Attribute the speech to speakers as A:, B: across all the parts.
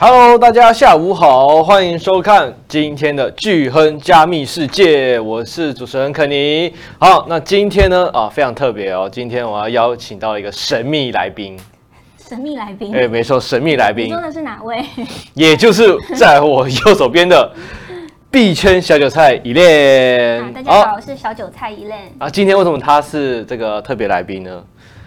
A: Hello，大家下午好，欢迎收看今天的巨亨加密世界，我是主持人肯尼。好，那今天呢啊非常特别哦，今天我要邀请到一个神秘来宾，
B: 神秘来宾，
A: 哎，没错，神秘来
B: 嗯你
A: 宾
B: 说，的是哪位？
A: 也就是在我右手边的币圈小韭菜以恋
B: 啊，。大家好，我是小韭菜 Elen。
A: 啊，今天为什么他是这个特别来宾呢？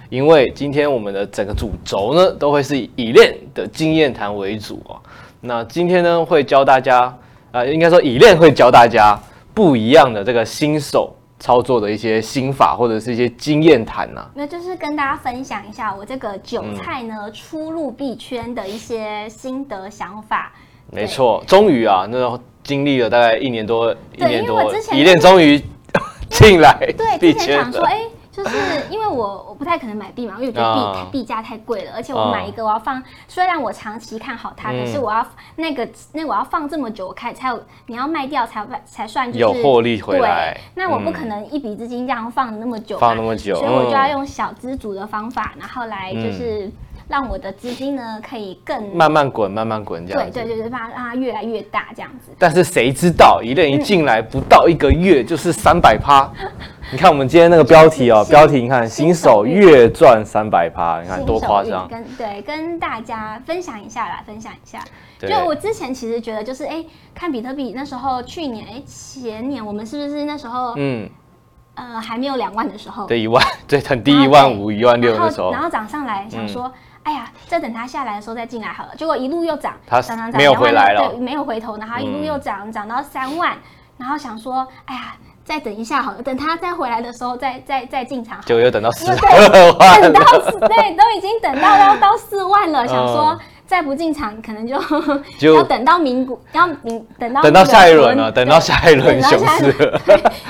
A: 因为今天我们的整个主轴呢，都会是以以练的经验谈为主哦。那今天呢，会教大家，啊，应该说以练会教大家不一样的这个新手操作的一些心法，或者是一些经验谈啊呐、
B: 那就是跟大家分享一下我这个韭菜呢、
A: 嗯
B: 初入币圈的一些心得想法。
A: 没错，终于啊，那经历了大概一年多，一
B: 对
A: 年
B: 因为我
A: 多
B: 之，前
A: 以练终于进来
B: 对，
A: 币
B: 之前
A: 圈
B: 想说，
A: 了。
B: 哎、就是因为我 我不太可能买币嘛，因为我觉得币、
A: 啊
B: 币价太贵了，而且
A: 啊
B: 我买一个我要放，虽然我长期看好它，
A: 嗯
B: 可是我要那个那我要放这么久，我开才有你要卖掉才才算就是
A: 有获利回来
B: 对那我不可
A: 嗯
B: 能一笔资金这样放那么久嘛，
A: 放那么久
B: 所以我就要
A: 嗯
B: 用小资族的方法，然后来就是让我的资金呢可以更
A: 慢慢滚，慢慢滚，这样子。
B: 对对对对，让它让它越来越大这样子。
A: 但是谁知道一练一进来不到一个月就是三百趴？你看我们今天那个标题 哦，
B: 新
A: 标题你看
B: 新
A: 新手
B: 手运
A: 月赚三百趴，你看
B: 新
A: 多
B: 手
A: 夸
B: 运
A: 张。
B: 跟对跟大家分享一下啦，分享一下。
A: 对
B: 就我之前其实觉得就是哎、看比特币那时候去年哎、前年我们是不是那时候、
A: 嗯，
B: 呃还没有两万的时候，
A: 对一万， 对很低
B: 哦然后
A: 一万五、一万六
B: 然后
A: 那时候嗯
B: 然，后涨上来想说。哎呀，再等它下来的时候再进来好了。结果一路又涨，
A: 它
B: 涨涨涨，
A: 没有
B: 两万
A: 回来
B: 六
A: 了嗯
B: 对，没有回头，然后一路又涨，涨到三万，然后想说，哎呀，再等一下好了，等它再回来的时候再再再进场好了。
A: 就又等到十
B: 因为
A: 二
B: 等
A: 万
B: 到
A: 了。
B: 四对，都已经等到要到四万了，想说
A: 嗯
B: 再不进场，可能就
A: 就
B: 要等到民股，要民等到
A: 等到
B: 那个
A: 下一轮了，
B: 对
A: 等到下一轮
B: 等到
A: 熊
B: 下一
A: 市
B: 轮
A: 了，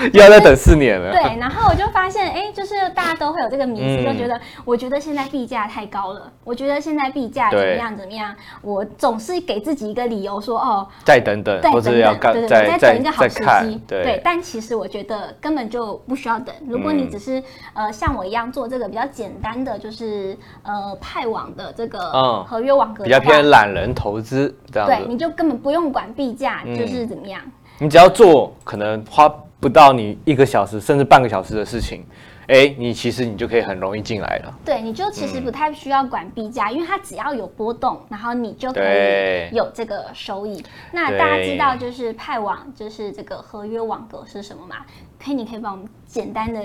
A: 又要再等四年 了。
B: 对，然后我就发现，哎，就是大家都会有这个迷思，
A: 嗯
B: 就觉得，我觉得现在币价太高了，我觉得现在币价怎么
A: 对
B: 样怎么样，我总是给自己一个理由说，哦，
A: 再等等，
B: 再
A: 或
B: 等
A: 者要
B: 等，
A: 干
B: 对对
A: 再
B: 对，再
A: 再
B: 等一个好
A: 再
B: 时
A: 看
B: 机，，
A: 对，
B: 但其实我觉得根本就不需要等。如果你
A: 嗯
B: 只是呃像我一样做这个比较简单的，就是呃派网的这个
A: 嗯
B: 合约网格
A: 比
B: 的
A: 较
B: 话，
A: 偏懒人投资这样
B: 对，
A: 子。
B: 你就根本不用管币价，
A: 嗯
B: 就是怎么样。
A: 你只要做可能花不到你一个小时甚至半个小时的事情，哎，你其实你就可以很容易进来了。
B: 对，你就其
A: 嗯
B: 实不太需要管币价，因为它只要有波动，然后你就可
A: 对
B: 以有这个收益。那
A: 对
B: 大家知道就是派网，就是这个合约网格是什么吗？可以，你可以帮我们简单的、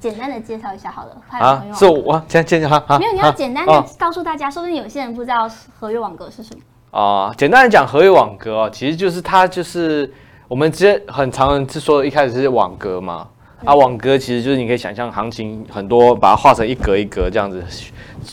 B: 简单的介绍一下好了。派网合约网
A: 是
B: 格
A: 我啊，这样这样哈哈，
B: 没有，你
A: 啊
B: 要简单的
A: 啊
B: 告诉大家，说不定有些人不知道合约网格是什么。
A: 啊，简单的讲，合约网格哦，其实就是它就是我们之前很常人是说一开始是网格嘛，啊，网格其实就是你可以想象行情很多，把它画成一格一格这样子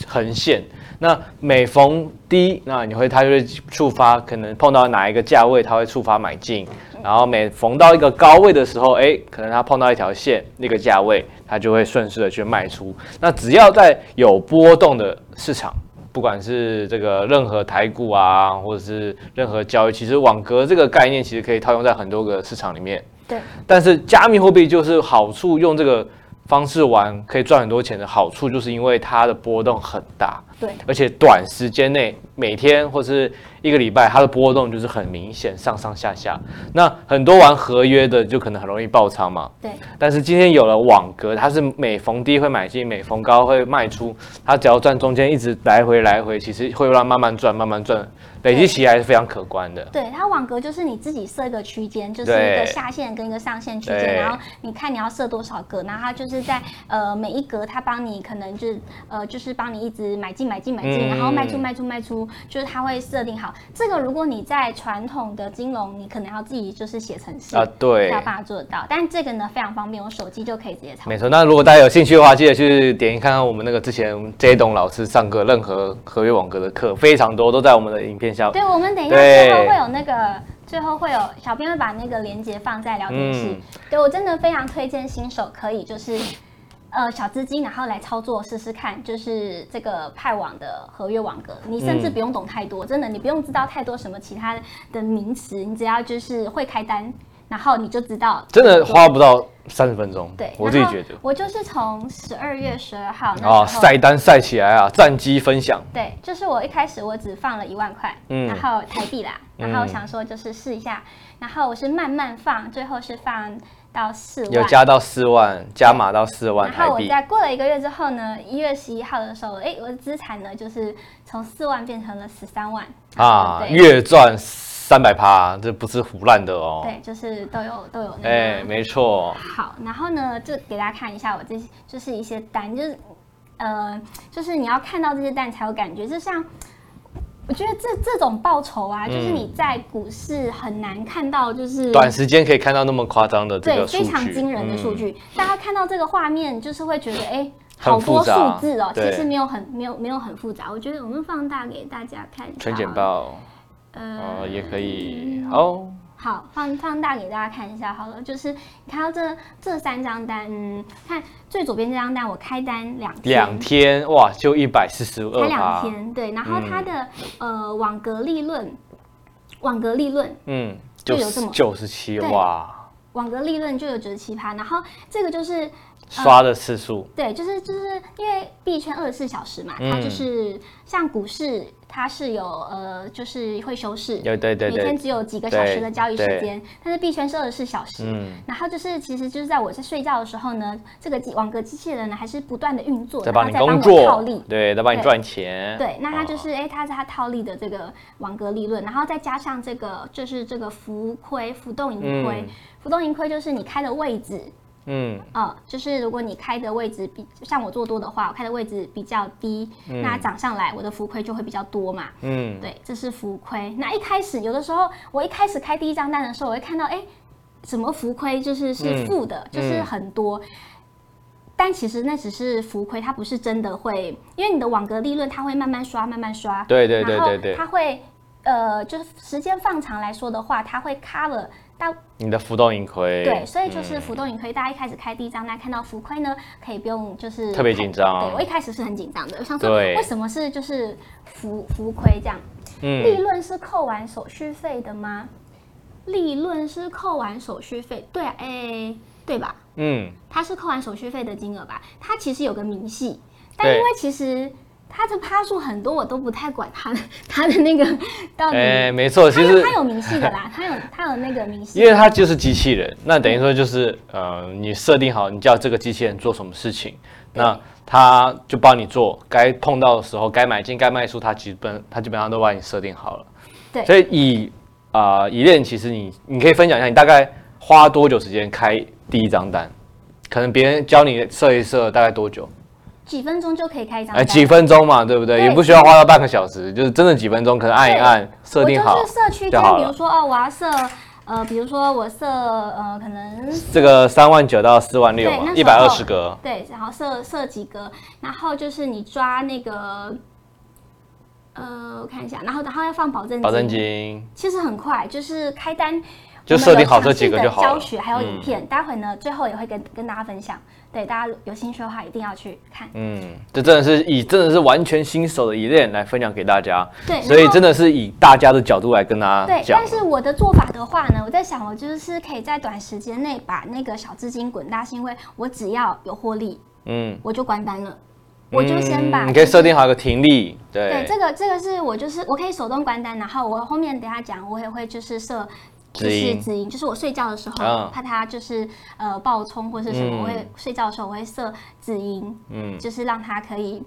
A: 横线。那每逢低，那你会它就会触发，可能碰到哪一个价位，它会触发买进。然后每逢到一个高位的时候，哎，可能它碰到一条线，那个价位，它就会顺势的去卖出。那只要在有波动的市场，不管是这个任何台股啊，或者是任何交易，其实网格这个概念其实可以套用在很多个市场里面。
B: 对，
A: 但是加密货币就是好处，用这个方式玩可以赚很多钱的好处，就是因为它的波动很大，
B: 对，
A: 而且短时间内每天或是一个礼拜，它的波动就是很明显，上上下下。那很多玩合约的就可能很容易爆仓嘛。
B: 对，
A: 但是今天有了网格，它是每逢低会买进，每逢高会卖出，它只要赚中间一直来回来回，其实会让慢慢赚，慢慢赚，累积起来是非常可观的。
B: 对，它网格就是你自己设一个区间，就是
A: 对
B: 一个下限跟一个上限区
A: 对
B: 间，然后你看你要设多少格，然后它就是在呃每一格它帮你可能就是呃就是帮你一直买进买进买进，
A: 嗯
B: 然后卖出卖出卖出，就是它会设定好。这个如果你在传统的金融，你可能要自己就是写程式
A: 啊，对
B: 才有。办法做得到，但这个呢非常方便，我手机就可以直接操作。
A: 没错，那如果大家有兴趣的话，记得去点看看我们那个之前 J 董老师上课任何合约网格的课，非常多，都在我们的影片下。
B: 对，我们等一下
A: 对
B: 最后会有那个，最后会有小编会把那个链接放在聊天室。
A: 嗯
B: 对我真的非常推荐新手可以就是。呃，小资金，然后来操作试试看，就是这个派网的合约网格，你甚至
A: 嗯
B: 不用懂太多，真的，你不用知道太多什么其他的名词，你只要就是会开单，然后你就知道
A: 真的花不到三十分钟。
B: 对，
A: 我自己觉得。，
B: 我就是从十二月十二号那时候
A: 啊，晒单晒起来啊，战绩分享。
B: 对，就是我一开始我只放了一万块，
A: 嗯
B: 然后台币啦，然后
A: 嗯
B: 想说就是试一下，然后我是慢慢放，最后是放到四万，
A: 有加到四万，加码到四万
B: 然
A: 台
B: 后我
A: 币。
B: 在过了一个月之后呢，一月十一号的时候，哎，我的资产呢就是从四万变成了十三万
A: 啊，
B: 对
A: 月赚三百趴，这不是胡乱的哦。
B: 对，就是都有都有那个。
A: 哎，没错，
B: 好，然后呢，就给大家看一下我这些就是一些单，就是呃，就是你要看到这些单才有感觉，就像。我觉得这这种报酬啊，就是
A: 嗯
B: 你在股市很难看到，就是
A: 短时间可以看到那么夸张的这
B: 嗯对
A: 个数据，
B: 非常惊人的数
A: 嗯。
B: 据。大家看到这个画面，就是会觉得哎，
A: 很
B: 好多
A: 复
B: 数
A: 杂
B: 字哦，其
A: 对
B: 实没有很没有没有很复杂。我觉得我们放大给大家看一下，啊
A: 纯简，报
B: 呃
A: 哦，，也可以。
B: 嗯
A: 好，
B: 好，放放大给大家看一下好了，就是你看到这这三张单，嗯，看最左边这张单，我开单两天
A: 两天哇，就一百四十
B: 开
A: 二嗯
B: 两
A: 趴。
B: 天，对，然后它的、呃网格利润，网格利润，
A: 嗯，
B: 就
A: 就
B: 有这么
A: 九十七
B: 对
A: 哇，
B: 网格利润就有九十七趴，然后这个就是
A: 刷的次数。
B: 对，就是就是因为币圈二十四小时嘛，它
A: 嗯
B: 就是、像股市，它是有呃就是会休市，
A: 有对对
B: 每天
A: 对，
B: 只有几个小时的交易时
A: 对
B: 间，但是币圈是二十四小时，
A: 嗯，
B: 然后就是，其实就是在我在睡觉的时候呢，这个机网格机器人呢还是不断的运作，
A: 在
B: 然后
A: 帮你
B: 再帮
A: 工
B: 我套
A: 作
B: 利，。
A: 对，在帮你
B: 对
A: 赚钱。
B: 对，那它就
A: 哦
B: 是哎，它是它套利的这个网格利润，然后再加上这个就是这个浮亏、浮动盈亏
A: 嗯。
B: 浮动盈亏就是你开的位置，
A: 嗯，
B: 呃，就是如果你开的位置比像我做多的话，我开的位置比较低，那涨上来我的浮亏就会比较多嘛。
A: 嗯，
B: 对，这是浮亏。那一开始有的时候，我一开始开第一张单的时候，我会看到，哎，怎么浮亏就是是
A: 嗯
B: 负的，就是
A: 嗯
B: 很多。但其实那只是浮亏，它不是真的会，因为你的网格利润它会慢慢刷，慢慢刷。
A: 对对对
B: 然后
A: 对对
B: 它会，呃，就是时间放长来说的话，它会 cover 到
A: 你的浮动盈亏。
B: 对，所以就是
A: 嗯
B: 浮动盈亏，大家一开始开第一张单看到浮亏呢，可以不用就是
A: 特别
B: 太
A: 紧张
B: 对我一开始是很紧张的，我想说
A: 对
B: 为什么是就是浮浮亏这样？
A: 嗯
B: 利润是扣完手续费的吗？利润是扣完手续费，对啊，哎、对吧？
A: 嗯，
B: 它是扣完手续费的金额吧？它其实有个明细，但因为其实它的趴数很多，我都不太管它的它的那个到底。
A: 哎，没错，
B: 它
A: 其
B: 有
A: 实
B: 它有明细的啦，它有它有那个明细，
A: 因为它就是机器人，那等于说就是呃，你设定好你叫这个机器人做什么事情，那它就帮你做，该碰到的时候该买进该卖出，它基本它基本上都帮你设定好了。
B: 对
A: 所以以啊、以链其实你你可以分享一下，你大概花多久时间开第一张单？可能别人教你设一设大概多久？
B: 几分钟就可以开一张
A: 哎，
B: 单。
A: 几分钟嘛，对不对？
B: 对
A: 也不需要花到半个小时，就是真的几分钟，可能按一按，设定好
B: 我就是社区
A: 就
B: 间，
A: 好
B: 比如
A: 了。
B: 说哦，我要设呃，比如说我设呃，可能
A: 这个三万九到四万六
B: 对
A: 嘛，
B: 那
A: 一
B: 时
A: 百
B: 候
A: 二
B: 哦
A: 十格。
B: 对，然后设设几个，然后就是你抓那个呃，我看一下，然后然后要放保证金，
A: 保证金，
B: 其实很快，就是开单。
A: 就
B: 我们
A: 设定
B: 有
A: 好
B: 详
A: 这
B: 细
A: 几个
B: 的
A: 就好
B: 教
A: 了嗯
B: 学还有影片，待会呢最后也会跟跟大家分享。对，大家有兴趣的话一定要去看。
A: 嗯，这真的是以真的是完全新手的以链来分享给大家，
B: 对，
A: 所以
B: 然后
A: 真的是以大家的角度来跟大家
B: 对，
A: 讲
B: 但。是我的做法的话呢，我在想，我就是可以在短时间内把那个小资金滚大，是因为我只要有获利，
A: 嗯，
B: 我就关单了，我就先把、
A: 嗯你可以设定哎好一个停利，对
B: 对，这个这个是我就是我可以手动关单，然后我后面等一下讲，我也会就是设。就
A: 指
B: 是
A: 引
B: 指引，就是我睡觉的时候，
A: 啊
B: 怕它就是呃爆冲或是什
A: 嗯
B: 么，我会睡觉的时候我会设止盈，
A: 嗯
B: 就是让它可以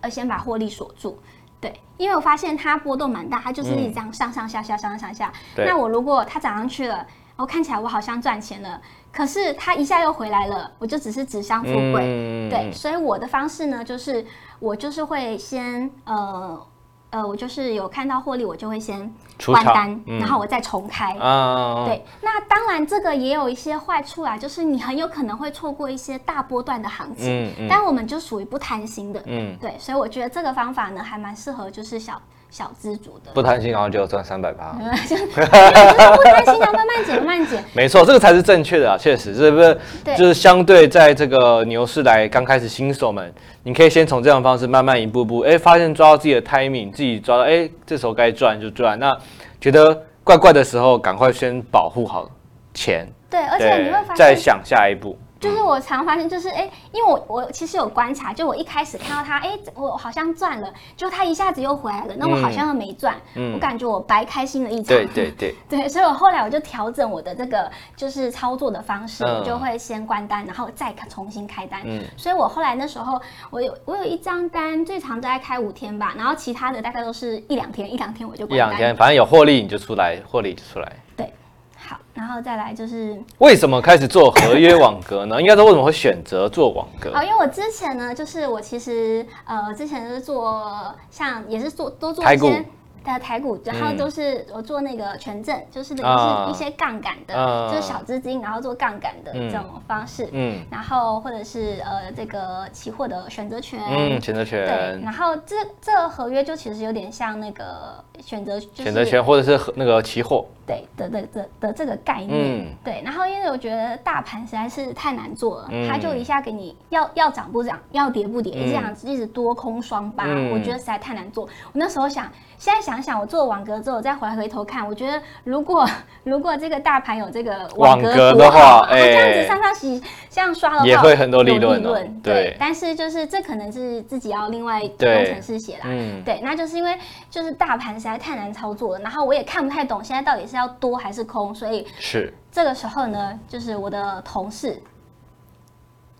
B: 呃先把获利锁住。对，因为我发现它波动蛮大，它就是一直这样上上下下上上下下。
A: 嗯对
B: 那我如果它涨上去了，我看起来我好像赚钱了，可是它一下又回来了，我就只是纸上富贵。
A: 嗯
B: 对，所以我的方式呢，就是我就是会先呃呃，我就是有看到获利，我就会先
A: 出
B: 关
A: 场
B: 单，
A: 嗯
B: 然后我再重开。
A: 啊，
B: 对，那当然这个也有一些坏处啦，就是你很有可能会错过一些大波段的行情，
A: 嗯嗯
B: 但我们就属于不贪心的，
A: 嗯，
B: 对，所以我觉得这个方法呢，还蛮适合就是小小资族的，
A: 不贪心，然后就赚三百趴。
B: 就是不贪心的慢慢减，慢慢减，
A: 没错，这个才是正确的啊，确实，是不是？
B: 对
A: 就是相对在这个牛市来刚开始新手们，你可以先从这样的方式慢慢一步步，哎，发现抓到自己的 timing，自己抓到，哎，这时候该赚就赚，那觉得怪怪的时候，赶快先保护好钱，
B: 对，而且
A: 对
B: 你会发，
A: 再
B: 现，
A: 想下一步。
B: 就是我常发现，就是哎、因为我我其实有观察，就我一开始看到它，哎、我好像赚了，就它一下子又回来了，那我好像又没赚，
A: 嗯
B: 我感觉我白开心了一场。
A: 对对对，
B: 对，所以我后来我就调整我的这个就是操作的方式，
A: 嗯
B: 我就会先关单，然后再重新开单。
A: 嗯
B: 所以我后来那时候，我有我有一张单，最长大概开五天吧，然后其他的大概都是一两天，一两天我就
A: 一
B: 关单。
A: 两天，反正有获利你就出来，获利就出来。
B: 对，好，然后再来就是
A: 为什么开始做合约网格呢？应该说为什么会选择做网格？
B: 哦，因为我之前呢，就是我其实呃，之前是做像也是做多做
A: 台
B: 一
A: 股
B: 些的台股，然后
A: 嗯
B: 都是我做那个权证，就是那
A: 啊
B: 个是一些杠杆的，
A: 啊
B: 就是小资金然后做杠杆的
A: 嗯
B: 这种方式，
A: 嗯
B: 然后或者是呃这个期货的选择权。
A: 嗯，选择
B: 对，
A: 权，
B: 然后这这个合约就其实有点像那个选择，就是
A: 选择权或者是和那个期货。
B: 对的的的的这个概念。
A: 嗯，
B: 对，然后因为我觉得大盘实在是太难做了，
A: 嗯
B: 它就一下给你要要涨不涨，要跌不跌，
A: 嗯
B: 这样子一直多空双八，
A: 嗯
B: 我觉得实在太难做。我那时候想，现在想想，我做网格之后，我再回回头看，我觉得如果如果这个大盘有这个
A: 网格
B: 多
A: 的
B: 好
A: 话
B: 啊这样
A: 哎
B: 子上上洗这样刷的话，
A: 也会很多利
B: 有
A: 润哦
B: 对，
A: 对
B: 但是就是这可能是自己要另外
A: 对
B: 工程师写啦。
A: 嗯，
B: 对，那就是因为就是大盘实在太难操作了，然后我也看不太懂现在到底是要多还是空，所以
A: 是
B: 这个时候呢，就是我的 同事，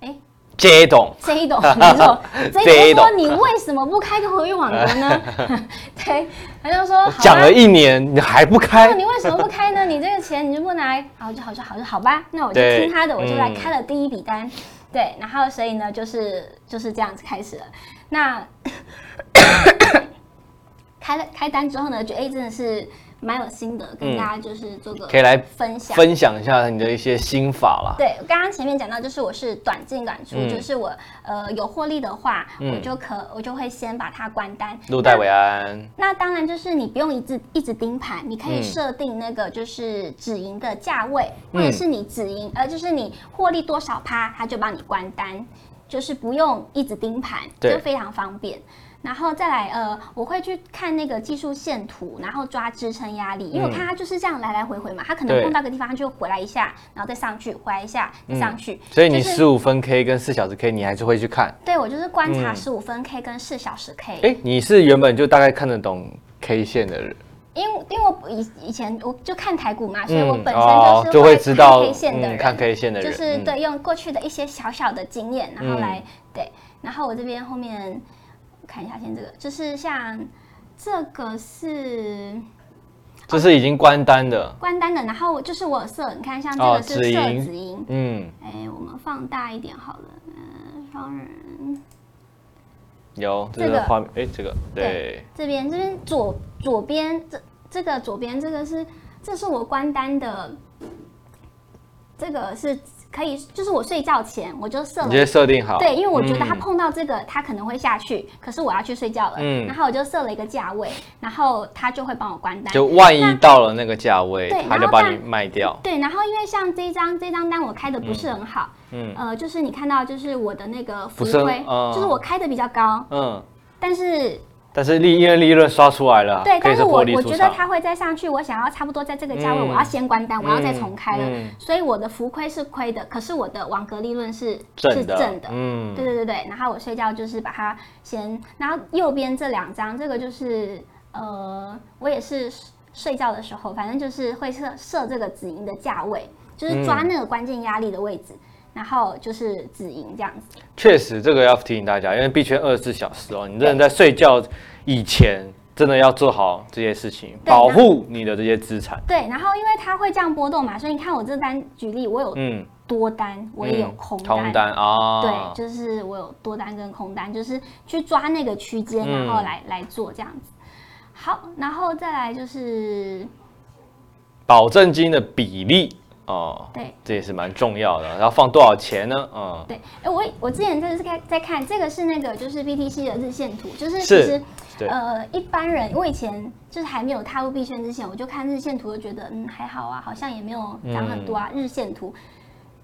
B: 哎，
A: 接懂。
B: 这一懂没错，这
A: 这一
B: 一
A: 懂
B: 懂说你为什么不开个合约网格呢？ 对，他就说
A: 我
B: 好
A: 讲
B: 吧
A: 了。一年，你还不
B: 那
A: 开？
B: 哦你为什么不开呢？你这个钱你就不拿来，好就好就好就好吧。那我就
A: 对
B: 听他的，我就来
A: 嗯
B: 开了第一笔单。对，然后所以呢，就是就是这样子开始了。那 开了开单之后呢，觉得哎真的是蛮有心得，跟
A: 嗯
B: 大家就是做个
A: 可以来
B: 分享。
A: 分享一下你的一些心法啦。
B: 对，刚刚前面讲到，就是我是短进短出，
A: 嗯
B: 就是我呃有获利的话，
A: 嗯
B: 我就可我就会先把它关单。
A: 入袋为安，
B: 那当然就是你不用一直一直盯盘，你可以
A: 嗯
B: 设定那个就是止盈的价位，
A: 嗯
B: 或者是你止盈呃就是你获利多少趴，它就帮你关单，就是不用一直盯盘，
A: 对
B: 就非常方便。然后再来，呃，我会去看那个技术线图，然后抓支撑压力，因为我
A: 嗯
B: 看它就是这样来来回回嘛，它可
A: 对嗯
B: 能碰到个地方它就回来一下，然后再上去，回来一下，再上去。
A: 所以你
B: 就是
A: 十五分 K 跟四小时 K，你还是会去看。
B: 对，我就是观察
A: 嗯
B: 十五分 K 跟四小时 K，、
A: 哎，你是原本就大概看得懂 K 线的人，
B: 因为因为我以以前我就看台股嘛，所以我本
A: 哦
B: 身
A: 就会
B: 会
A: 知道嗯
B: 看 K 线的人，
A: 看 K 线的
B: 就
A: 人，
B: 是
A: 嗯，
B: 对用过去的一些小小的经验，然后
A: 嗯
B: 来、对，然后我这边后面我看一下，先这个就是像这个是
A: 这是已经关单的，
B: 关单的，然后就是我有设，你看像这
A: 哦
B: 个是
A: 止
B: 设
A: 盈
B: 止盈，
A: 嗯，
B: 哎、我们放大一点好了，嗯，双人。
A: 有这
B: 这
A: 个
B: 个
A: 画面，哎，这个对
B: 对，这边这边左左边这这个左边这个是这是我关单的，这个是可以，就是我睡觉前我就设
A: 你
B: 了
A: 直。接设定好，
B: 对，因为我觉得它
A: 嗯
B: 碰到这个，它可能会下去，可是我要去睡觉了，
A: 嗯
B: 然后我就设了一个价位，然后它就会帮我关单。
A: 就万一到了那个价位
B: 对，
A: 他
B: 然
A: 就
B: 后
A: 把
B: 它
A: 你卖掉，
B: 对，然后因为像这张这张单我开的不是很好，
A: 嗯
B: 呃，就是你看到就是我的那个浮
A: 不是很
B: 亏，
A: 嗯
B: 就是我开的比较高，
A: 嗯，
B: 但是
A: 但是利因为利润刷出来了，
B: 对，
A: 啊可以
B: 但是我
A: 获利
B: 我
A: 出
B: 觉得
A: 场，
B: 它会再上去，我想要差不多在这个价位，
A: 嗯
B: 我要先关单，我要再
A: 嗯
B: 重开了，
A: 嗯
B: 所以我的浮亏是亏的，可是我的网格利润是是
A: 正的，
B: 正的。
A: 嗯
B: 对，对对对，然后我睡觉就是把它先，然后右边这两张，这个就是呃，我也是睡觉的时候，反正就是会设设这个止盈的价位，就是抓
A: 嗯
B: 那个关键压力的位置，然后就是止盈这样子。
A: 确实这个要提醒大家，因为币圈二十四小时哦，你真的在睡觉以前，真的要做好这些事情，
B: 对
A: 保
B: 那
A: 护你的这些资产，
B: 对，然后因为它会这样波动嘛，所以你看我这单举例，我有
A: 嗯，
B: 多单，我也有
A: 嗯
B: 空单。
A: 空单啊，
B: 对，，就是我有多单跟空单，就是去抓那个区间，
A: 嗯
B: 然后来、来做这样子。好，然后再来就是
A: 保证金的比例哦，
B: 对
A: 这也是蛮重要的，然后放多少钱呢？嗯，
B: 对，哎，我我之前就是看在看这个是那个就是 BTC 的日线图，就是其
A: 是
B: 实
A: 对
B: 呃一般人我以前就是还没有踏入币圈之前，我就看日线图就觉得嗯还好啊，好像也没有涨很多啊，日线图。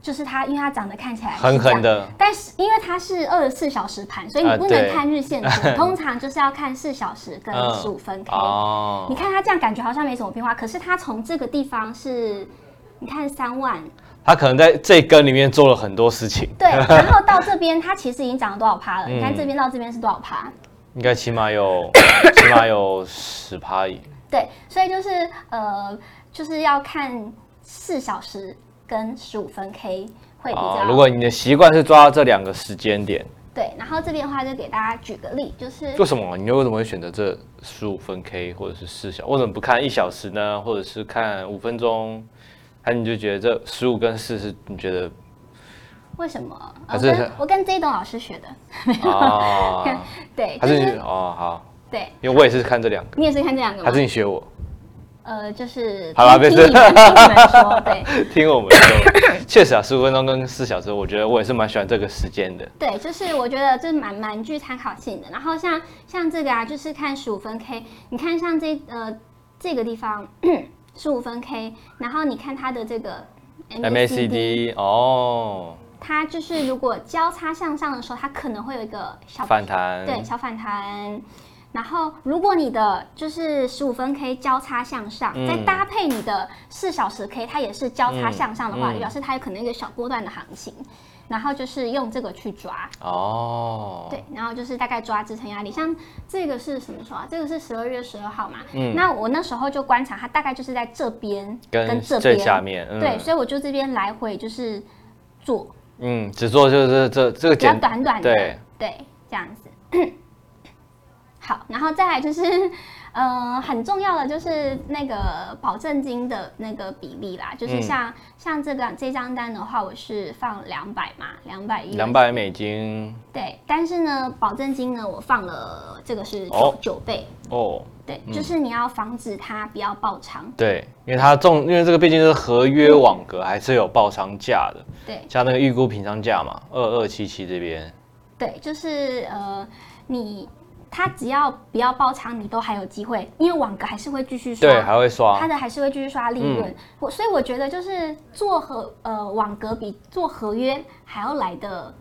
B: 就是它，因为它长得看起来是
A: 嗯狠
B: 这样
A: 狠的
B: 但是因为它是二十四小时盘，所以
A: 啊
B: 你不
A: 对
B: 能看日线图， 通常就是要看四小时跟
A: 嗯
B: 十五分 K。
A: 哦
B: 你，看它这样感觉好像没什么变化，可是它从这个地方是你看三万，
A: 他可能在这一根里面做了很多事情，
B: 对，然后到这边它其实已经涨了多少趴了？
A: 嗯
B: 你看这边到这边是多少趴？
A: 应该起码有起码有十趴以。
B: 对，所以就是呃，就是要看四小时跟十五分 K 会比较。
A: 啊，如果你的习惯是抓到这两个时间点，
B: 对，然后这边的话就给大家举个例，就是
A: 为什么你为什么会选择这十五分 K 或者是四小？为什么不看一小时呢？或者是看五分钟？还是你就觉得这十五跟四是你觉 得
B: 为什么？
A: 还
B: 呃我
A: 是
B: 跟我跟 Z 董老师学的，
A: 啊？
B: 对，
A: 还
B: 就是
A: 你
B: 是啊
A: 哦好，
B: 对，
A: 因为我也是看这两个，
B: 你也是看这两个吗？
A: 还是你学我？
B: 呃，就是
A: 好啦
B: 听
A: 没
B: 听
A: 事
B: 你们听你们说，对
A: 听我们说，确实啊，十五分钟跟四小时，我觉得我也是蛮喜欢这个时间的。
B: 对，就是我觉得这蛮蛮具参考性的。然后像像这个啊，就是看十五分 K，你看像这呃这个地方十五分 K，然后你看它的这个
A: MACD 哦，
B: 它就是如果交叉向上的时候，它可能会有一个小
A: 反弹，
B: 对，小反弹。然后，如果你的就是十五分 K 交叉向上，
A: 嗯
B: 再搭配你的四小时 K，它也是交叉向上的话，
A: 嗯嗯
B: 表示它有可能一个小波段的行情。然后就是用这个去抓，
A: 哦，
B: 对，然后就是大概抓支撑压力。像这个是什么时候啊？这个是十二月十二号嘛。那我那时候就观察它大概就是在这边
A: 嗯跟
B: 这
A: 最
B: 边，
A: 下面，嗯
B: 对，所以我就这边来回就是做，
A: 嗯，只做就是这这个
B: 比较
A: 简
B: 短短的，
A: 对，
B: 对，这样子。 好，然后再来就是，呃，很重要的就是那个保证金的那个比例啦，就是
A: 嗯
B: 像、像这个这张单的话，我是放两百嘛，两百一，
A: 两百美金
B: 对，但是呢，保证金呢，我放了这个是
A: 哦
B: 九九、倍，
A: 哦，
B: 对，就是你要防止它不要爆仓，
A: 对，因为它重，因为这个毕竟是合约网格，还是有报商价的，
B: 对
A: 像那个预估平仓价嘛，二二七七这边，
B: 对，就是呃，你它只要不要爆仓，你都还有机会，因为网格还是会继续刷，
A: 对，还会刷嗯
B: 它，的还是会继续刷利润。我所以我觉得就是做合呃网格比做合约还要来的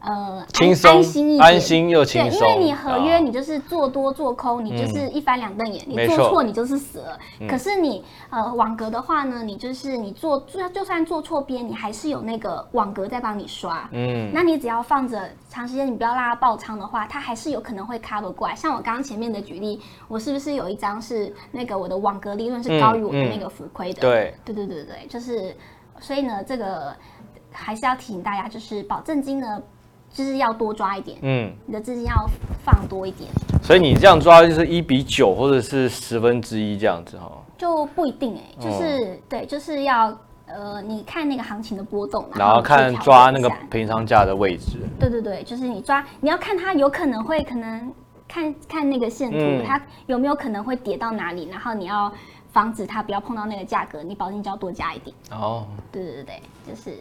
B: 呃
A: 轻
B: 安
A: 松
B: 安心一，点，
A: 安心又轻
B: 对，因
A: 松，
B: 为你合约
A: 啊嗯
B: 你就是做多做空，你就是一翻两瞪眼，
A: 没
B: 你
A: 错嗯
B: 做错你就是死了。可是你呃网格的话呢，你就是你做就就算做错边，你还是有那个网格在帮你刷。
A: 嗯
B: 那你只要放着长时间，你不要让它爆仓的话，它还是有可能会 cover 过来。像我刚刚前面的举例，我是不是有一张是那个我的网格利润是高于我的
A: 嗯嗯
B: 那个浮亏的？
A: 对，
B: 对对对对，就是，所以呢，这个还是要提醒大家，就是保证金呢，就是要多抓一点，
A: 嗯。
B: 你的资金要放多一点，
A: 所以你这样抓就是一比九或者是十分之一这样子哈，
B: 就不一定
A: 哦
B: 哎、就是、对，就是要呃，你看那个行情的波动，
A: 然后
B: 去
A: 看
B: 调
A: 抓那
B: 整一
A: 个
B: 下
A: 平仓价的位置。
B: 对对对，就是你抓，你要看它有可能会可能看看那个线图，
A: 嗯
B: 它有没有可能会跌到哪里，然后你要防止它不要碰到那个价格，你保证就要多加一点。
A: 哦，
B: 对对对，就是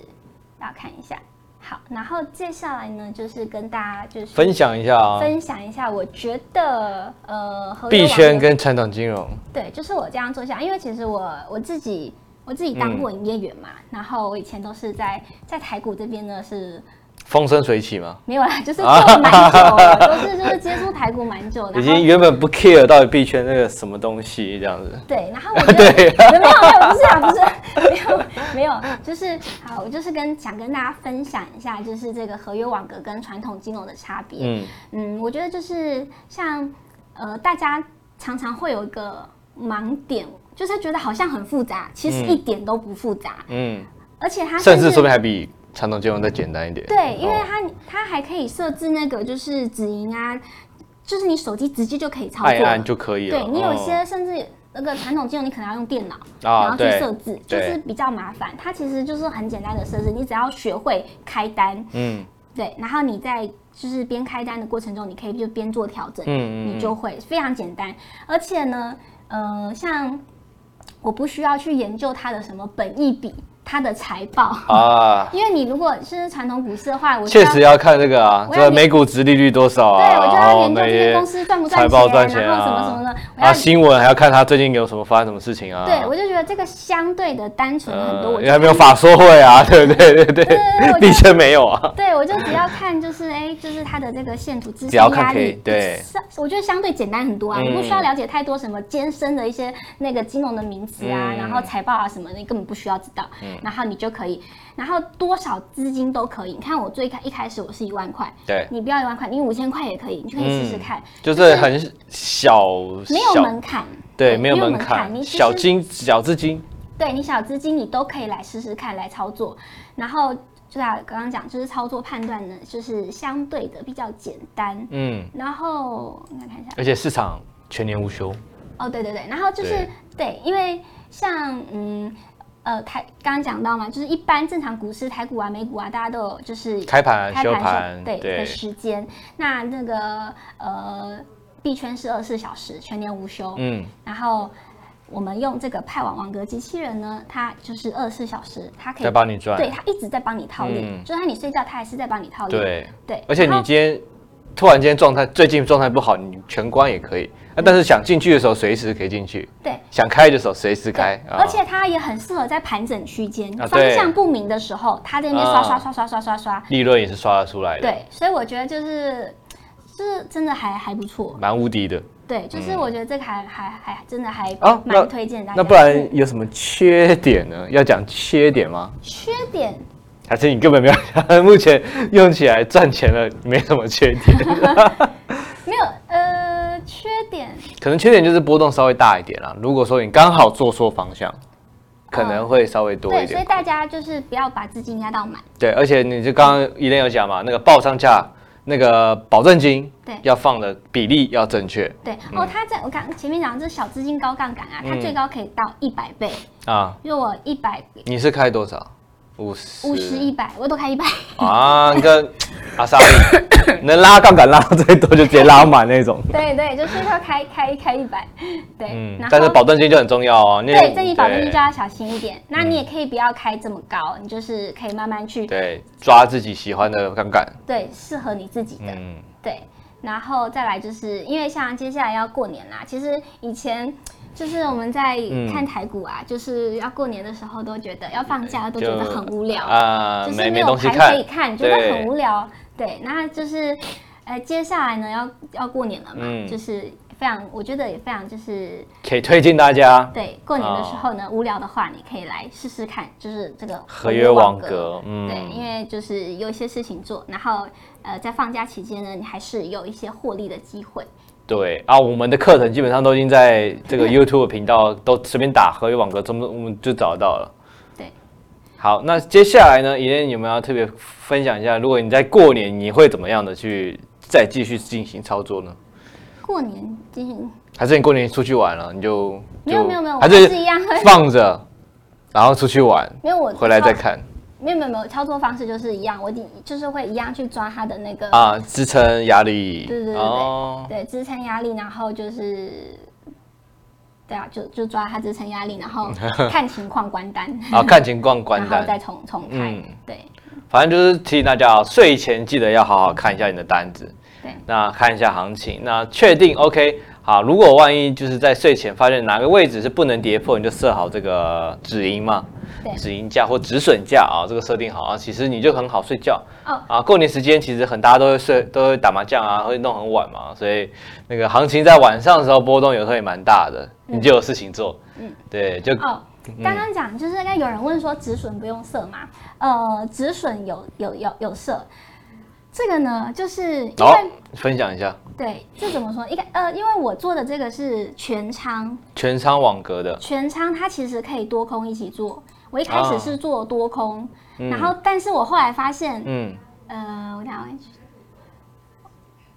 B: 要看一下。好，然后接下来呢，就是跟大家就是
A: 分享一下啊，
B: 分享一下，我觉得呃，合约
A: 币
B: 网
A: 圈
B: 络
A: 跟传统金融，
B: 对，就是我这样做下，因为其实我我自己我自己
A: 嗯
B: 当过营业员嘛，然后我以前都是在在台股这边呢是
A: 风生水起嘛，
B: 没有啦， 就是做了蛮久了，都是就是接触台股蛮久，然后
A: 啊已经原本不 care 到底币圈那个什么东西这样子。
B: 对，然后我觉得
A: 对
B: 没有没有不是啊，不是没有没有，就是好，我就是跟想跟大家分享一下，就是这个合约网格跟传统金融的差别。
A: 嗯，
B: 嗯，我觉得就是像呃，大家常常会有一个盲点，就是觉得好像很复杂，其实
A: 嗯
B: 一点都不复杂，
A: 嗯，
B: 而且它
A: 甚至说不定还比传统金融再简单一点。
B: 对，因为
A: 哦
B: 它它还可以设置那个就是止盈啊，就是你手机直接就可以操
A: 按一
B: 作
A: 按
B: 了。
A: 就可以了。
B: 对你有
A: 哦
B: 一些甚至那个传统金融，你可能要用电脑。然
A: 啊，
B: 后去
A: 对
B: 设置，就
A: 对
B: 是比较麻烦。它其实就是很简单的设置，你只要学会开单，
A: 嗯
B: 对，然后你在就是边开单的过程中，你可以就边做调整，
A: 嗯
B: 你
A: 嗯
B: 就会非常简单。而且呢，呃，像我不需要去研究它的什么本益比，它的财报，
A: 啊，
B: 因为你如果是传统股市的话，我就
A: 确
B: 要
A: 实要看这个啊，
B: 我
A: 这
B: 要
A: 个
B: 你
A: 美股值利率多少啊，
B: 对我就
A: 然
B: 要
A: 后
B: 研究
A: 那
B: 这间
A: 些
B: 公司赚不
A: 财
B: 赚
A: 报
B: 钱，
A: 赚钱
B: 然后什么
A: 啊
B: 什么的，我要、
A: 啊，新闻还要看他最近有什么发生什么事情啊。
B: 对我就觉得这个相对的单纯很多，
A: 呃
B: 我，
A: 也还
B: 就
A: 没有法说会啊， 对对对对
B: 对对我
A: 对，
B: 觉得
A: 地震没有 啊。
B: 对我就只要看就是哎，就是它的这个线图支
A: 只
B: 撑
A: 要看
B: 压
A: 可以
B: 力，
A: 对
B: 是，我觉得相对简单很多啊，你不需要
A: 嗯
B: 了解太多什么艰深的一些那个金融的名词啊，
A: 嗯
B: 然后财报啊什么的，你根本不需要知道，然后你就可以，然后多少资金都可以，你看我最开一开始我是一万块。
A: 对，
B: 你不要一万块，你五千块也可以，你就可以
A: 嗯
B: 试试看，
A: 就是很小
B: 没有
A: 小
B: 门槛，
A: 对，没有
B: 门
A: 门槛，
B: 你其实
A: 小金小资金，
B: 对你小资金你都可以来试试看，来操作。然后就像刚刚讲，就是操作判断呢，就是相对的比较简单。
A: 嗯，
B: 然后我看一下，
A: 而且市场全年无休，
B: 哦，对对对，然后就是
A: 对
B: 对，因为像嗯呃台刚刚讲到嘛，就是一般正常股市台股啊、美股啊，大家都有就是
A: 开盘
B: 开
A: 休
B: 盘
A: 盘，
B: 对的时间。那那个呃币圈是二十四小时，全年无休。
A: 嗯，
B: 然后我们用这个派网网格机器人呢，它就是二十四小时，它可以
A: 在帮你赚，
B: 对它一直在帮你套利，
A: 嗯
B: 就算你睡觉，它还是在帮你套利。
A: 对，
B: 对，
A: 而且
B: 然
A: 你
B: 后
A: 今天突然间状态，最近状态不好，你全关也可以，啊，但是想进去的时候随时可以进去，
B: 嗯对。
A: 想开的时候随时开，
B: 对
A: 啊
B: 而且它也很适合在盘整区间、
A: 啊
B: 方
A: 对
B: 向不明的时候，它在那边刷
A: 啊
B: 刷刷刷刷刷刷。
A: 利润也是刷得出来的，
B: 对，所以我觉得就是，就是真的还还不错。
A: 蛮无敌的。
B: 对，就是我觉得这个还、还还真的还
A: 啊那
B: 蛮推荐大家。
A: 那不然有什么缺点呢？要讲缺点吗？
B: 缺点
A: 还是你根本没有？ 目前用起来赚钱了，没什么 缺点。
B: 没有，呃，缺点
A: 可能缺点就是波动稍微大一点啦。如果说你刚好做错方向，可能会稍微多
B: 嗯对，
A: 一
B: 所
A: 点。
B: 以大家就是不要把资金压到满。
A: 对，而且你就刚刚一定有讲嘛，那个报上价那个保证金，
B: 对
A: 要放的比例要正确
B: 对、哦，它在我刚前面讲这小资金高杠杆啊，
A: 嗯
B: 它最高可以到一百倍。
A: 啊。
B: 如果一百
A: 你是开多少？五十
B: 五十一百，我都 开一百。
A: 啊，跟阿莎莉能拉杠杆拉到最多就直接拉满那种。
B: 对对，就是要开开开 一百。对，
A: 嗯
B: 然，后
A: 但是保证金就很重要哦。那
B: 对，这你保证金
A: 对
B: 就要小心一点。那你也可以不要开这么高，你就是可以慢慢去
A: 对，抓自己喜欢的杠杆。
B: 对适合你自己的。
A: 嗯，
B: 对，然后再来就是因为像接下来要过年啦，其实以前就是我们在
A: 嗯
B: 看台股啊，就是要过年的时候都觉得要放假都觉得
A: 就
B: 很无聊，
A: 啊，
B: 就是
A: 没
B: 没
A: 没
B: 有
A: 东西
B: 盘
A: 看
B: 可以，看，觉得很
A: 对
B: 无聊。对，那就是呃接下来呢要要过年了嘛，
A: 嗯
B: 就是非常我觉得也非常就是
A: 可以推荐大家
B: 对过年的时候呢、无聊的话，你可以来试试看，就是这个
A: 啊合约网格。
B: 对，因
A: 嗯，
B: 为就是有一些事情做，然后呃，在放假期间呢，你还是有一些获利的机会。
A: 对啊，我们的课程基本上都已经在这
B: 嗯
A: 个 YouTube 频道都随便打合约网格，怎么我们就找得到了。
B: 对，
A: 好，那接下来呢，怡莲有没有要特别分享一下？如果你在过年，你会怎么样的去再继续进行操作呢？
B: 过年进行
A: 还是你过年出去玩了，你就
B: 没有
A: 就
B: 没有没有，我
A: 还
B: 还
A: 是
B: 是一样，
A: 放着，然后出去玩，
B: 没有我
A: 回来再
B: 操，
A: 看
B: 没有没有没有操作方式就是一样，我一就是会一样去抓它的那个、
A: 啊，支撑压力。
B: 对对对对
A: 哦，
B: 对支撑压力，然后就是。对啊，就就抓它支撑压力，然 后看情况关单，
A: 啊，看情况关
B: 然后
A: 单。
B: 再重重开。
A: 嗯
B: 对
A: 反正就是提醒大家哦，睡前记得要好好看一下你的单子，
B: 对
A: 那看一下行情，那确定 OK 好。如果万一就是在睡前发现哪个位置是不能跌破，你就设好这个止盈嘛
B: 对，
A: 止盈价或止损价啊，这个设定好啊，其实你就很好睡觉。
B: 哦，
A: 啊，过年时间其实很大家都会睡，都会打麻将啊，会弄很晚嘛，所以那个行情在晚上的时候波动有时候也蛮大的，你就有事情做。嗯，对，就
B: 哦，
A: 嗯
B: 刚刚讲就是刚刚有人问说止损不用设嘛？呃，止损有有有有设，这个呢就是因为、
A: 好分享一下
B: 对，这怎么说？应该呃，因为我做的这个是全仓，
A: 全仓网格的，
B: 全仓它其实可以多空一起做。我一开始
A: 啊
B: 是做多空，然后但是我后来发现，
A: 嗯。
B: 呃，我想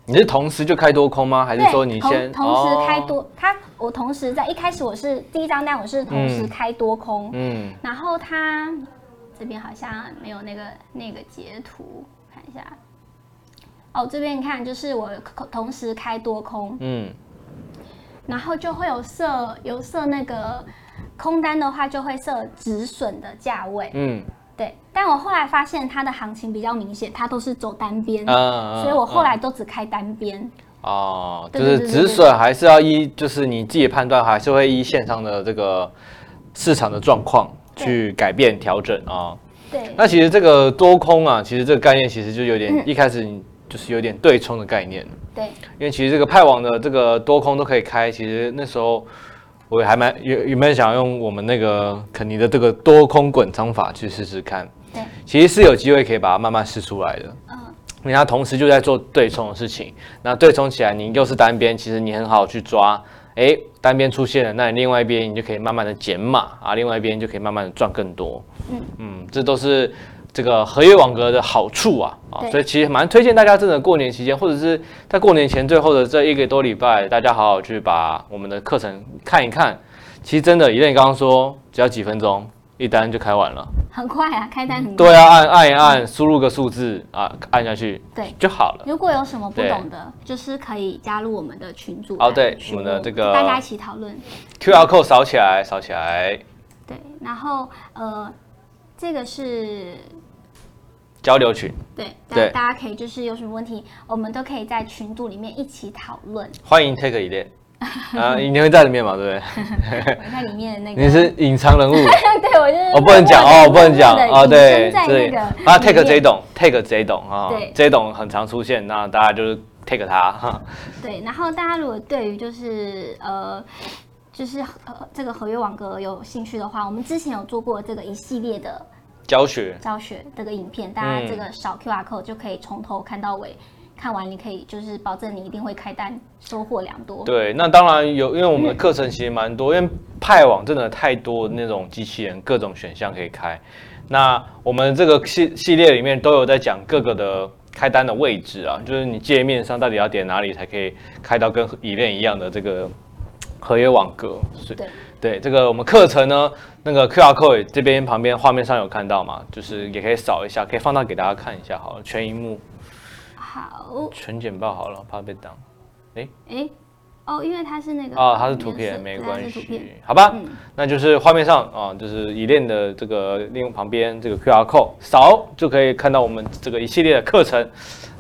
A: 你是同时就开多空吗？还是
B: 对，
A: 说你先
B: 同同时开
A: 哦
B: 多，它我同时在一开始我是第一张单我是同时开多空，
A: 嗯，
B: 然后它这边好像没有那个那个截图，看一下。哦，这边你看，就是我同时开多空，
A: 嗯
B: 然后就会有设有设那个空单的话就会设止损的价位，
A: 嗯
B: 对。但我后来发现它的行情比较明显，它都是走单边，
A: 嗯，
B: 所以我后
A: 来
B: 来都只开单边。
A: 哦，就
B: 对对
A: 是
B: 对对
A: 止
B: 对
A: 损还是要依，就是你自己判断，还是会依线上的这个市场的状况去改变调整啊。
B: 对，
A: 那其实这个多空啊，其实这个概念其实就有点
B: 嗯
A: 一开始你就是有点对冲的概念，
B: 对，
A: 因为其实这个派网的这个多空都可以开，其实那时候。我还蛮有有没有想用我们那个肯尼的这个多空滚仓法去试试看？
B: 对，
A: 其实是有机会可以把它慢慢试出来的。
B: 嗯，
A: 因为它同时就在做对冲的事情，那对冲起来，你又是单边，其实你很好去抓，诶，单边出现了，那你另外一边你就可以慢慢的减码啊，另外一边就可以慢慢的赚更多。
B: 嗯
A: 这都是这个合约网格的好处啊啊，
B: 对
A: 所以其实蛮推荐大家真的过年期间，或者是在过年前最后的这一个多礼拜，大家好好去把我们的课程看一看。其实真的，以为你刚刚说，只要几分钟，一单就开完了。
B: 很快啊，开单很快。
A: 对啊，按按一按，输入个数字啊，按下去，
B: 对
A: 就好了。
B: 如果有什么不
A: 对
B: 懂的，就是可以加入我们的群组
A: 哦
B: 来
A: 对
B: 询
A: 我们的
B: 问
A: 这个
B: 大家一起讨论。
A: QR code 扫起来，扫起来，
B: 对，然后呃，这个是
A: 交流群，
B: 对，
A: 对
B: 大大家可以就是有什么问题，我们都可以在群组里面一起讨 论。
A: 欢迎 take 一 列。啊，你会在里面嘛？对不
B: 啊
A: 对？
B: 我在里面那个，
A: 你是隐藏人物，
B: 对我就是
A: 我不能 讲哦，
B: 默默地
A: 我不能讲
B: 默默地
A: 哦。
B: 隐
A: 对
B: 身在
A: 对
B: 那个里面
A: 啊，take 这懂，take 这懂啊
B: 对
A: 这懂很常出现，那大家就是 take 他。哈
B: 对，然后大家如果对于就是呃。就是呃，这个合约网格有兴趣的话，我们之前有做过这个一系列的
A: 教学
B: 教学这个影片，大家
A: 嗯
B: 这个扫 QR code 就可以从头看到尾，看完你可以就是保证你一定会开单，收获良多。
A: 对，那当然有，因为我们的课程其实蛮多，因为派网真的太多那种机器人，各种选项可以开。那我们这个系系列里面都有在讲各个的开单的位置啊，就是你界面上到底要点哪里才可以开到跟以链一样的这个合约网格。所以
B: 对
A: 对，这个我们课程呢，那个 QR code 这边旁边画面上有看到嘛，就是也可以扫一下，可以放大给大家看一下，好了，全荧幕
B: 好，
A: 全简报好了，怕被挡。
B: 哎，哦，因为它是那个
A: 啊，它是图
B: 颜
A: 片，
B: 色
A: 没
B: 对它
A: 关
B: 是图片
A: 系，好吧？
B: 嗯
A: 那就是画面上啊，就是以链的这个利用旁边这个 QR code 扫就可以看到我们这个一系列的课程。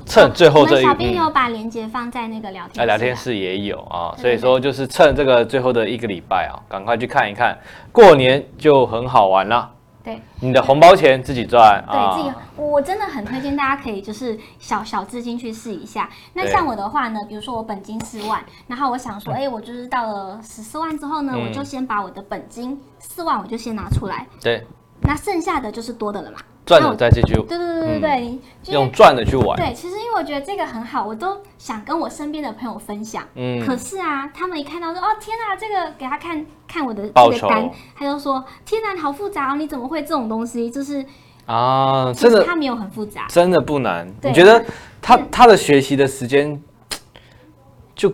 A: 趁最后这一
B: 哦我们小编
A: 嗯
B: 有把链接放在那个聊天
A: 哎，聊
B: 室
A: 天
B: 啊
A: 室也有啊，
B: 对
A: 所以
B: 对
A: 说就是趁这个最后的一个礼拜啊，赶快去看一看，过年就很好玩啦。
B: 对
A: 你的红包钱自己赚啊，
B: 对，自己我真的很推荐大家可以就是小小资金去试一下。那
A: 对
B: 像我的话呢，比如说我本金四万，然后我想说，哎、我就是到了十四万之后呢，
A: 嗯
B: 我就先把我的本金四万我就先拿出来，
A: 对
B: 那剩下的就是多的了嘛。
A: 赚
B: 那
A: 了
B: 我
A: 再继续
B: 对对对对对，你
A: 嗯
B: 就是
A: 用赚的去玩，
B: 对，其实因为我觉得这个很好，我都想跟我身边的朋友分享。
A: 嗯
B: 可是啊，他们一看到说，哦天啊，这个给他看看我的
A: 报
B: 这
A: 酬
B: 个单，他就说，天啊，你好复杂哦，你怎么会这种东西？就是
A: 啊，
B: 其
A: 真
B: 实
A: 的
B: 它没有很复杂，
A: 真的不难。
B: 对
A: 你觉得他他的学习的时间，就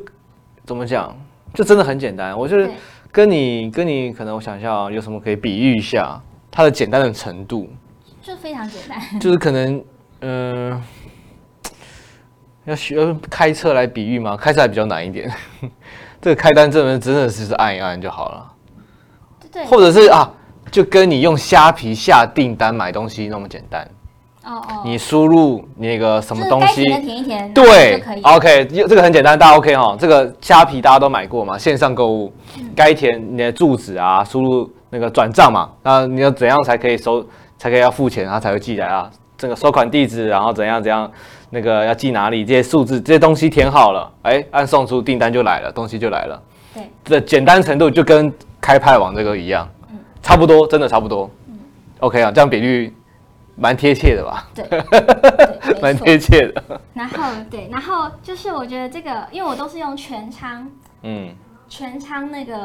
A: 怎么讲，就真的很简单。我就是
B: 对
A: 跟你跟你可能我想一下啊有什么可以比喻一下它的简单的程度，
B: 就非常简单。
A: 就是可能嗯、呃要学要用开车来比喻吗？开车还比较难一点。 这个开单真的真的是按一按就好了，
B: 对，
A: 或者是啊，就跟你用虾皮下订单买东西那么简单。
B: 哦哦，
A: 你输入那个什么
B: 就是
A: 东
B: 该
A: 西，
B: 填的填一填，
A: 对
B: 就可以。
A: ，OK，这个很简单，大家 OK 哈。这个虾皮大家都买过嘛，线上购物，
B: 嗯
A: 该填你的住址啊，输入那个转账嘛，那你要怎样才可以收，才可以要付钱，它才会寄来啊？这个收款地址，然后怎样怎样，那个要寄哪里，这些数字这些东西填好了，哎，按送出订单就来了，东西就来了。
B: 对，
A: 这简单程度就跟开派网这个一样，
B: 嗯
A: 差不多，真的差不多。OK 啊，这样比率蛮贴切的吧？
B: 对，没
A: 蛮
B: 错。
A: 贴切的，
B: 然后对，然后就是我觉得这个，因为我都是用全仓
A: 嗯，
B: 全仓那个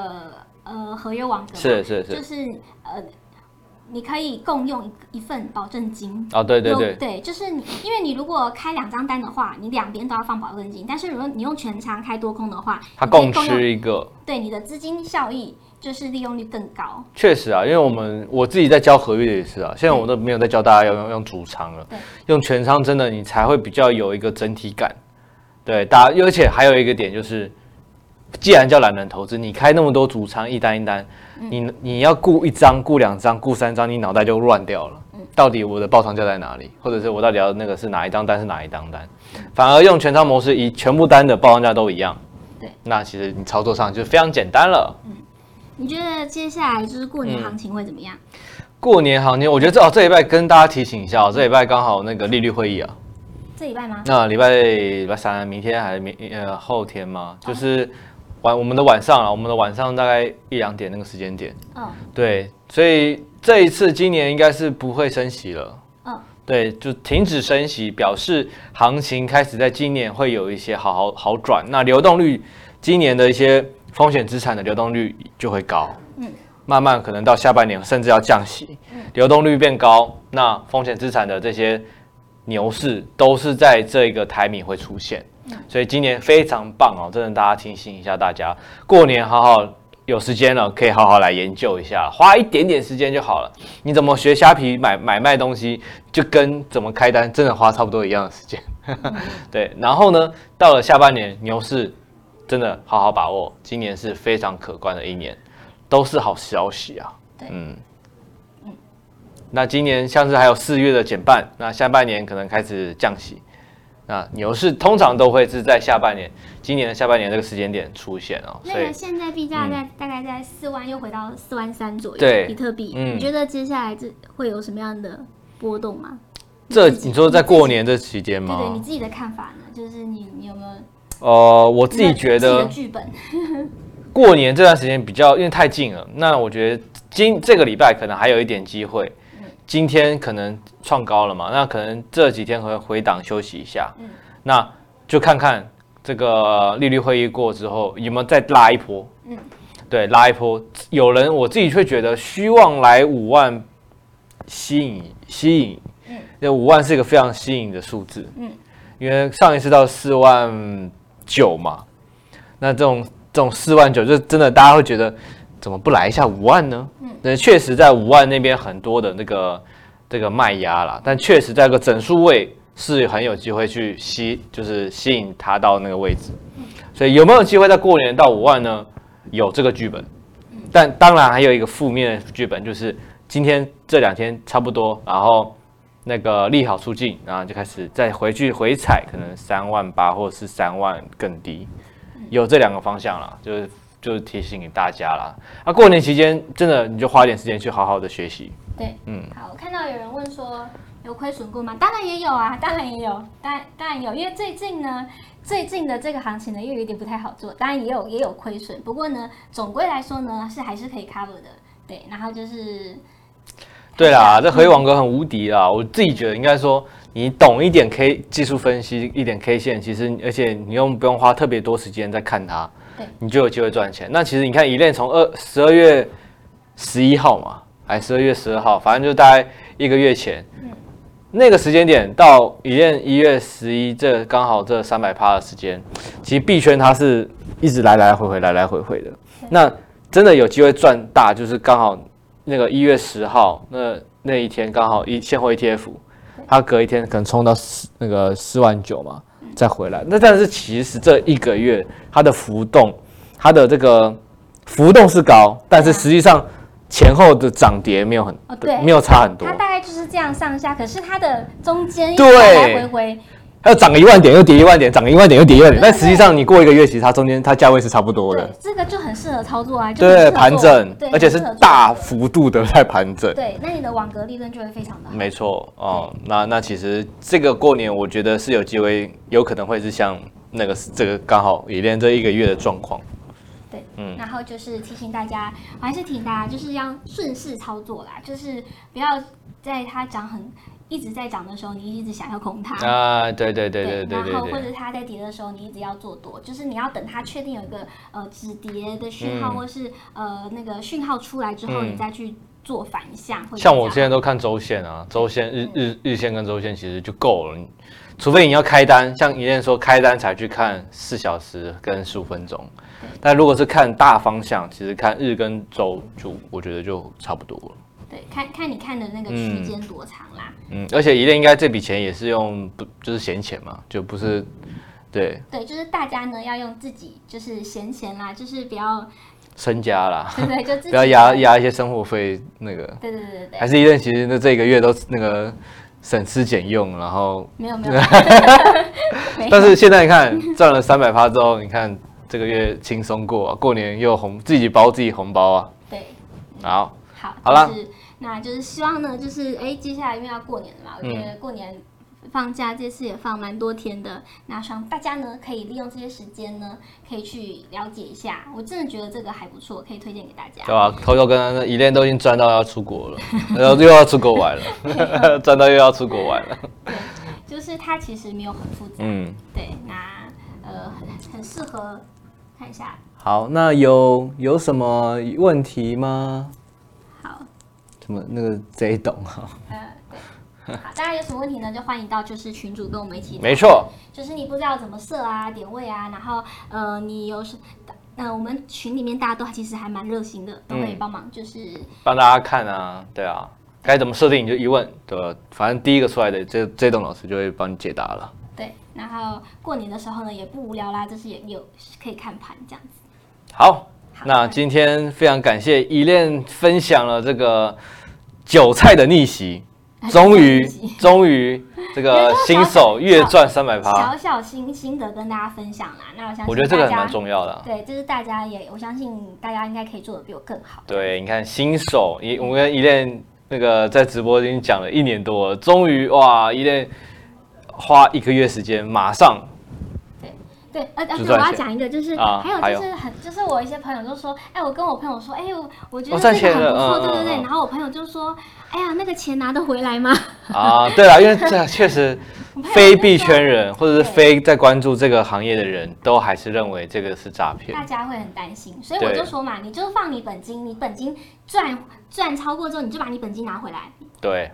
B: 呃合约网格嘛，
A: 是是，
B: 就是是呃，你可以共用一一份保证金。
A: 哦，对对
B: 用
A: 对。
B: 就是你，因为你如果开两张单的话，你两边都要放保证金。但是如果你用全仓开多空的话，
A: 它
B: 你可以
A: 共
B: 用，
A: 吃一个，
B: 对你的资金效益就是利用率更高。
A: 确实啊，因为我们我自己在教合约也是啊，现在我都没有在教大家要用用主仓了
B: 对，
A: 用全仓真的你才会比较有一个整体感。对，大家，而且还有一个点就是，既然叫懒人投资，你开那么多主仓一单一单，
B: 嗯
A: 你你要顾一张、顾两张、顾三张，你脑袋就乱掉了。
B: 嗯
A: 到底我的爆仓价在哪里，或者是我到底要那个是哪一张单是哪一张单？反而用全仓模式，以全部单的爆仓价都一样。
B: 对，
A: 那其实你操作上就非常简单了。
B: 你觉得接下来就是过年行情会怎么样？
A: 过年行情，我觉得这哦这礼拜跟大家提醒一下哦，这礼拜刚好那个利率会议啊，
B: 这礼拜吗？
A: 那礼拜礼拜三，明天还是明呃后天嘛，就是晚我们的晚上啊，我们的晚上大概一两点那个时间点。
B: 嗯
A: 对，所以这一次今年应该是不会升息了。
B: 嗯，
A: 对，就停止升息，表示行情开始在今年会有一些好好好转。那流动率，今年的一些风险资产的流动率就会高。
B: 嗯，
A: 慢慢可能到下半年甚至要降息，流动率变高，那风险资产的这些牛市都是在这个台米会出现。
B: 嗯
A: 所以今年非常棒哦，真的，大家提醒一下大家，过年好好有时间哦了，可以好好来研究一下，花一点点时间就好了。你怎么学虾皮买买卖东西，就跟怎么开单真的花差不多一样的时间。 对，然后呢，到了下半年牛市，真的好好把握，今年是非常可观的一年，都是好消息啊。
B: 对
A: 嗯。那今年像是还有四月的减半，那下半年可能开始降息。那牛市通常都会是在下半年，今年的下半年这个时间点出现哦，
B: 那
A: 所以嗯
B: 个现在币价在大概在四万，又回到四万三左右。
A: 对
B: 比特币，
A: 嗯
B: 你觉得接下来这会有什么样的波动吗？
A: 这
B: 自己
A: 你说在过年这期间
B: 对对，你
A: 吗？
B: 自己的看法呢？就是你你有没有
A: 呃，嗯我自
B: 有没有
A: 己觉
B: 自己
A: 得
B: 的剧本？
A: 过年这段时间比较，因为太近了，那我觉得今这个礼拜可能还有一点机会，今天可能创高了嘛，那可能这几天会回档休息一下，
B: 嗯
A: 那就看看这个利率会议过之后有没有再拉一波，
B: 嗯
A: 对，拉一波。有人我自己会觉得虚望来五万吸引吸引，
B: 嗯
A: 那五万是一个非常吸引的数字，
B: 嗯
A: 因为上一次到四万九嘛，那这种这种四万九，就真的大家会觉得怎么不来一下五万呢？
B: 嗯
A: 那确实在五万那边很多的那个这个卖压啦，但确实在个整数位是很有机会去吸，就是吸引它到那个位置，所以有没有机会在过年到五万呢？有这个剧本，但当然还有一个负面的剧本，就是今天这两天差不多，然后那个利好出尽，然后就开始再回去回踩，可能三万八或者是三万更低，有这两个方向啦，就是就是提醒给大家啦。那、过年期间真的你就花点时间去好好的学习，
B: 对，
A: 嗯
B: 好，我看到有人问说有亏损过吗？当然也有啊，当然也有，当然当然有，因为最近呢，最近的这个行情呢又有一点不太好做，当然也有也有亏损，不过呢，总归来说呢是还是可以 cover 的，对，然后就是
A: 对啦，
B: 嗯
A: 这合约网格很无敌啦。我自己觉得应该说，你懂一点 K 技术分析，一点 K 线，其实而且你用不用花特别多时间在看它
B: 对，
A: 你就有机会赚钱。那其实你看，，E 一链从二十二月十一号嘛，哎，十二月十二号，反正就大概一个月前，那个时间点到，E 一链一月十一，这刚好这三百趴的时间，其实币圈它是一直来来回回，来来回回的。那真的有机会赚大，就是刚好那个一月十号那那一天刚好一现货 ETF，它隔一天可能冲到四那个四万九嘛，再回来。那但是其实这一个月它的浮动，它的这个浮动是高，但是实际上前后的涨跌没有很
B: 哦对
A: 没有差很多
B: 它，大概就是这样上下，可是它的中间一直
A: 对
B: 来回回，
A: 它涨个一万点又跌一万点，涨个一万点又跌一万点，
B: 对
A: 但实际上你过一个月，其实它中间它价位是差不多的
B: 对。，这个就很适合操作啊，就很适
A: 对
B: 合做
A: 盘整
B: 对，，
A: 而且
B: 很
A: 是
B: 适合做
A: 大幅度的在盘整。
B: 对，那你的网格利润就会非常的好，
A: 没错哦，那那其实这个过年，我觉得是有机会，有可能会是像那个这个刚好也练这一个月的状况。
B: 对，
A: 嗯
B: 然后就是提醒大家，我还是提醒大家，就是要顺势操作啦，就是不要在它涨很一直在涨的时候，你一直想要空它。
A: 啊，对对对对对
B: 然后
A: 对
B: 或
A: 对，
B: 者它在跌的时候，你一直要做多，就是你要等它确定有一个呃止跌的讯号，
A: 嗯
B: 或是呃那个讯号出来之后，
A: 嗯
B: 你再去做反向。或者
A: 像我
B: 这
A: 现
B: 样
A: 在都看周线啊，周线日日日线跟周线其实就够了，除非你要开单，像一练说开单才去看四小时跟十五分钟，但如果是看大方向，其实看日跟周就我觉得就差不多了。
B: 对，看看你看的那个
A: 嗯
B: 区间多长啦。
A: 嗯，而且一定应该这笔钱也是用不就是闲钱嘛，就不是对，
B: 对，就是大家呢要用自己就是闲闲啦，就是不要
A: 身家啦，
B: 对对，就自己
A: 不要压。压一些生活费那个。
B: 对对对对
A: 还
B: 对，
A: 是一任，其实那这个月都那个省吃俭用，然后，
B: 没有没有，没
A: 但是现在你看赚了三百趴之后，你看这个月轻松过、啊，过年又红自己包自己红包啊，
B: 对，
A: 好，
B: 好，
A: 好啦
B: 就是那就是希望呢，就是哎，接下来因为要过年了嘛，我觉得过
A: 嗯
B: 年放假这次也放蛮多天的，那希望大家呢可以利用这些时间呢，可以去了解一下，我真的觉得这个还不错，可以推荐给大家。
A: 对吧、偷偷跟那一恋都已经赚到要出国了，然后又要出国玩了， 赚到又要出国玩了，
B: 就是它其实没有很复杂，
A: 嗯。
B: 对，那呃很很适合看一下。
A: 好，那有有什么问题吗？
B: 好，
A: 怎么那个贼懂啊？
B: 呃，对，好，大家有什么问题呢？就欢迎到就是群主跟我们一起讨论
A: 没错，
B: 就是你不知道怎么设啊、点位啊，然后呃，你有什，呃，我们群里面大家都其实还蛮热心的，都会帮忙，就是
A: 帮大家看啊，对啊，该怎么设定你就一问，对吧？反正第一个出来的这这栋老师就会帮你解答了。
B: 对。然后过年的时候呢，也不无聊啦，就是也有可以看盘这样子。
A: 好，
B: 好
A: 那今天非常感谢依恋分享了这个韭菜的逆 袭，终于终于这个新手月赚三百趴，
B: 小小心心得跟大家分享啦。那我相信
A: 我觉得这个
B: 大
A: 还蛮
B: 家
A: 重要的啊、
B: 对，就是大家也，我相信大家应该可以做的比我更好。
A: 对，你看新手一，我跟依恋那个在直播已经讲了一年多了，终于哇，依恋花一个月时间，马上
B: 对，而而
A: 就
B: 且我
A: 赚
B: 要
A: 钱
B: 讲一个，就是、
A: 啊
B: 还
A: 还
B: 有
A: 有
B: 就是很，就是我一些朋友就说，哎，我跟我朋友说，哎，我我觉
A: 我
B: 得
A: 赚
B: 这个
A: 钱
B: 很不
A: 了
B: 错，
A: 嗯
B: 对对
A: 嗯
B: 对。
A: 嗯
B: 然后我朋友就说，哎呀，那个钱拿得回来吗？
A: 啊，对了，因为这确实
B: 我朋友
A: 非
B: 就
A: 币
B: 说
A: 圈人或者是
B: 对
A: 非在关注这个行业的人都还是认为这个是诈骗
B: 大。家会很担心，所以我
A: 对
B: 就说嘛，你就放你本金，你本金赚赚超过之后，你就把你本金拿回来。
A: 对，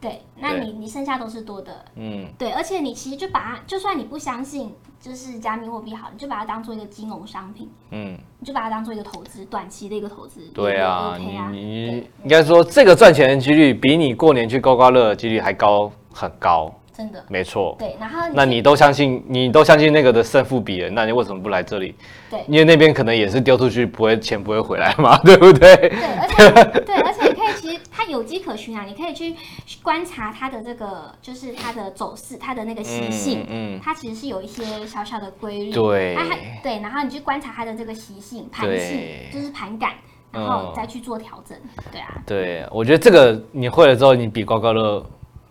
B: 对，那
A: 对
B: 你你剩下都是多的。
A: 嗯，
B: 对，而且你其实就把它，就算你不相信，就是加密货币好，你就把它当做一个金融商品，
A: 嗯，
B: 你就把它当做一个投资，短期的一个投资。
A: 对
B: 也
A: 啊，
B: 也 OK 啊
A: 你你应该说这个赚钱的几率比你过年去刮刮乐的几率还高很高，
B: 真的。
A: 没错。
B: 对，然后
A: 那你都相信，你都相信那个的胜负比了，那你为什么不来这里？
B: 对
A: 因为那边可能也是丢出去，不会钱不会回来嘛， 对不对？
B: 对，而且 对，而且你可以其实它有迹可循啊，你可以去观察它的这个，就是它的走势，它的那个习性，
A: 嗯，
B: 它其实是有一些小小的规律。
A: 对
B: 它啊还对，然后你去观察它的这个习性、盘性
A: 对，
B: 就是盘感，然后再去做调整。对啊，
A: 对，我觉得这个你会了之后，你比刮刮乐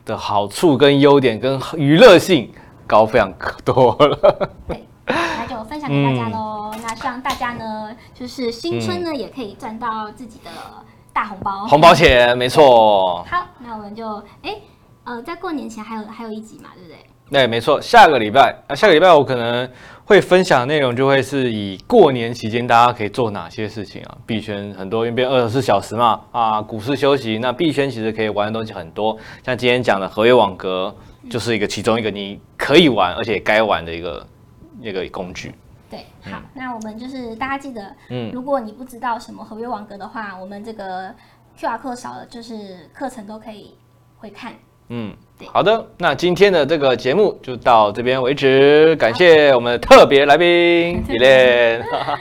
A: 的好处跟优点跟娱乐性高非常多了。
B: 对，那就分享给
A: 嗯
B: 大家喽。那希望大家呢，就是新春呢、也可以赚到自己的大红包。
A: 红包钱，没错，
B: 好，那我们就哎。呃，在过年前还有还有一集嘛，对不对？
A: 对，没错。下个礼拜啊，下个礼拜我可能会分享的内容就会是以过年期间大家可以做哪些事情啊，币圈很多，因为变二十四小时嘛，啊，股市休息，那币圈其实可以玩的东西很多，像今天讲的合约网格就是一个其中一个你可以玩而且该玩的一个那个工具。
B: 对，好，那我们就是大家记得，
A: 嗯
B: 如果你不知道什么合约网格的话，我们这个 QR code 少了，就是课程都可以回看。
A: 嗯
B: 对，
A: 好的，那今天的这个节目就到这边为止，感谢我们的特别来宾伊莲，
B: 好，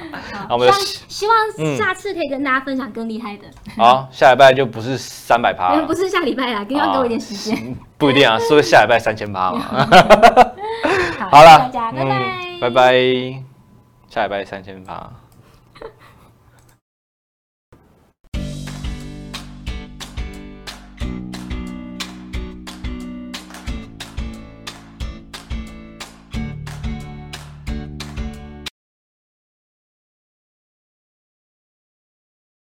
A: 那我们就嗯
B: 希望希望下次可以跟大家分享更厉害的，
A: 好，下礼拜就不是三百趴
B: 因为
A: 了
B: 不，是下礼拜啦，给要给我一点时间。
A: 不一定啊，说下礼拜三千趴嘛。
B: 好，
A: 好嗯
B: 谢谢
A: 了，
B: 大家拜拜，
A: 拜拜，下礼拜三千趴。